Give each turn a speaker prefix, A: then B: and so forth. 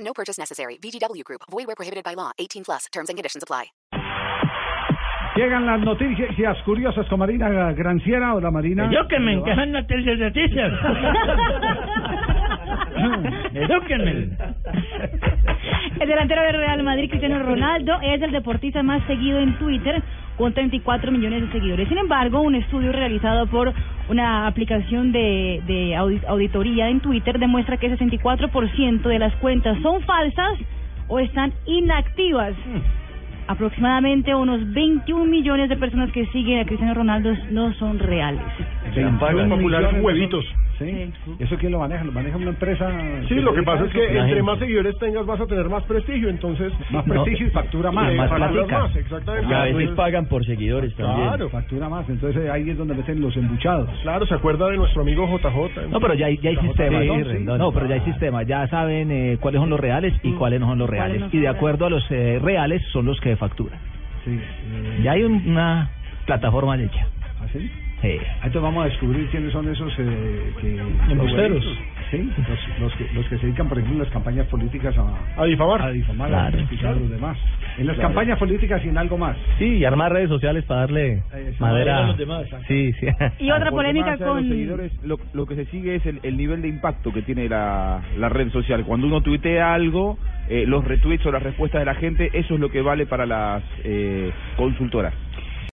A: No purchase necessary. VGW Group. Void where prohibited by law. 18 plus. Terms and conditions apply.
B: Llegan las noticias curiosas con Marina Granciera o la Marina.
C: Edúquenme, que son noticias noticias. Edúquenme.
D: El delantero del Real Madrid, Cristiano Ronaldo, es el deportista más seguido en Twitter con 34 millones de seguidores. Sin embargo, un estudio realizado por una aplicación de, de audi- auditoría en Twitter demuestra que 64% de las cuentas son falsas o están inactivas. Aproximadamente unos 21 millones de personas que siguen a Cristiano Ronaldo no son reales.
B: Veintiún
E: popular
B: millones,
E: huevitos.
B: ¿Sí? ¿Eso quién lo maneja? ¿Lo maneja una empresa?
E: Sí, lo que pasa es que
B: Más
E: entre más seguidores tengas vas a tener más prestigio, entonces
B: prestigio y factura más.
E: eh,
C: más
E: facturas
C: platica.
E: más, exactamente.
C: Y a veces
E: Entonces,
C: pagan por seguidores también.
E: Claro,
B: Factura más. Entonces ahí es donde meten los embuchados.
E: claro, se acuerda de nuestro amigo JJ.
F: No, pero ya hay, ya hay sistema.
B: Sí,
F: ¿no?
B: Rendón.
F: No, pero ya hay sistema. Ya saben eh, cuáles son los reales y cuáles no son los
D: Mm. ¿Cuáles
F: reales.
D: no son
F: y de
D: reales?
F: acuerdo a los eh, reales son los que facturan.
B: Sí. eh,
F: Ya hay un- una plataforma hecha.
B: ¿Así?
F: Sí.
B: Entonces vamos a descubrir quiénes son esos eh, que...
F: Embusteros.
B: Sí, los, los que, los que se dedican, por ejemplo, en las campañas políticas a,
E: A difamar.
B: a difamar
F: Claro.
B: a criticar a los demás. En las campañas políticas y en algo más.
F: Sí, y armar redes sociales para darle
B: Eh, sí,
F: madera
B: a
F: a
B: los demás.
F: Sí, sí.
D: Y otra polémica
G: masa de los
D: con...
G: seguidores, lo, lo que se sigue es el, el nivel de impacto que tiene la, la red social. Cuando uno tuitea algo, eh, los retweets o las respuestas de la gente, eso es lo que vale para las eh, consultoras.